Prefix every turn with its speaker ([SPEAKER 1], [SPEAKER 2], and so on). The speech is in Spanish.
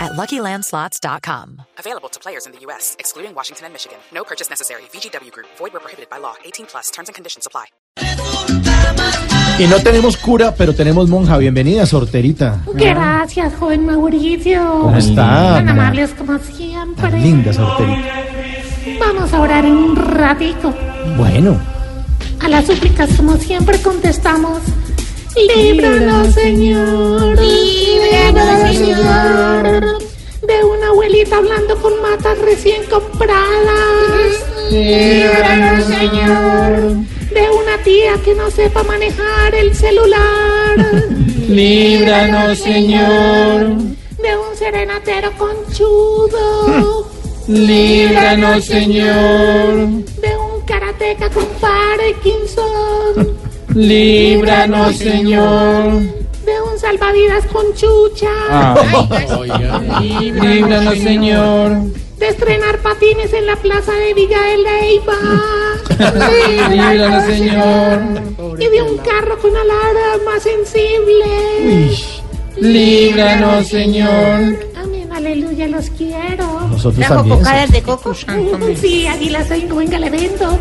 [SPEAKER 1] at luckylandslots.com.
[SPEAKER 2] Available to players in the U.S., excluding Washington and Michigan. No purchase necessary. VGW Group, void were prohibited by law. 18 plus terms and conditions apply.
[SPEAKER 3] Y no tenemos cura, pero tenemos monja. Bienvenida, sorterita.
[SPEAKER 4] Gracias, joven Mauricio.
[SPEAKER 3] ¿Cómo está?
[SPEAKER 4] Tan amables como siempre.
[SPEAKER 3] Tan linda, sorterita.
[SPEAKER 4] Vamos a orar en un ratito.
[SPEAKER 3] Bueno,
[SPEAKER 4] A las súplicas, como siempre, contestamos. Líbranos, Señor. Líbranos, Señor. De una abuelita hablando con matas recién compradas. Líbranos, Señor. De una tía que no sepa manejar el celular.
[SPEAKER 5] Líbranos, Señor.
[SPEAKER 4] De un serenatero conchudo.
[SPEAKER 5] Líbranos, Señor.
[SPEAKER 4] de un karateca con Parkinson,
[SPEAKER 5] Líbranos, Señor. Ah.
[SPEAKER 4] de un salvavidas con chucha,
[SPEAKER 5] Líbranos, Señor.
[SPEAKER 4] de estrenar patines en la plaza de Villa de Leyva,
[SPEAKER 5] Líbranos, Señor.
[SPEAKER 4] y de un carro con alarma sensible.
[SPEAKER 5] Líbranos, Señor.
[SPEAKER 4] Amén, aleluya, los quiero.
[SPEAKER 3] nosotros también.
[SPEAKER 4] Sí, aquí las oigo, venga, le vendo.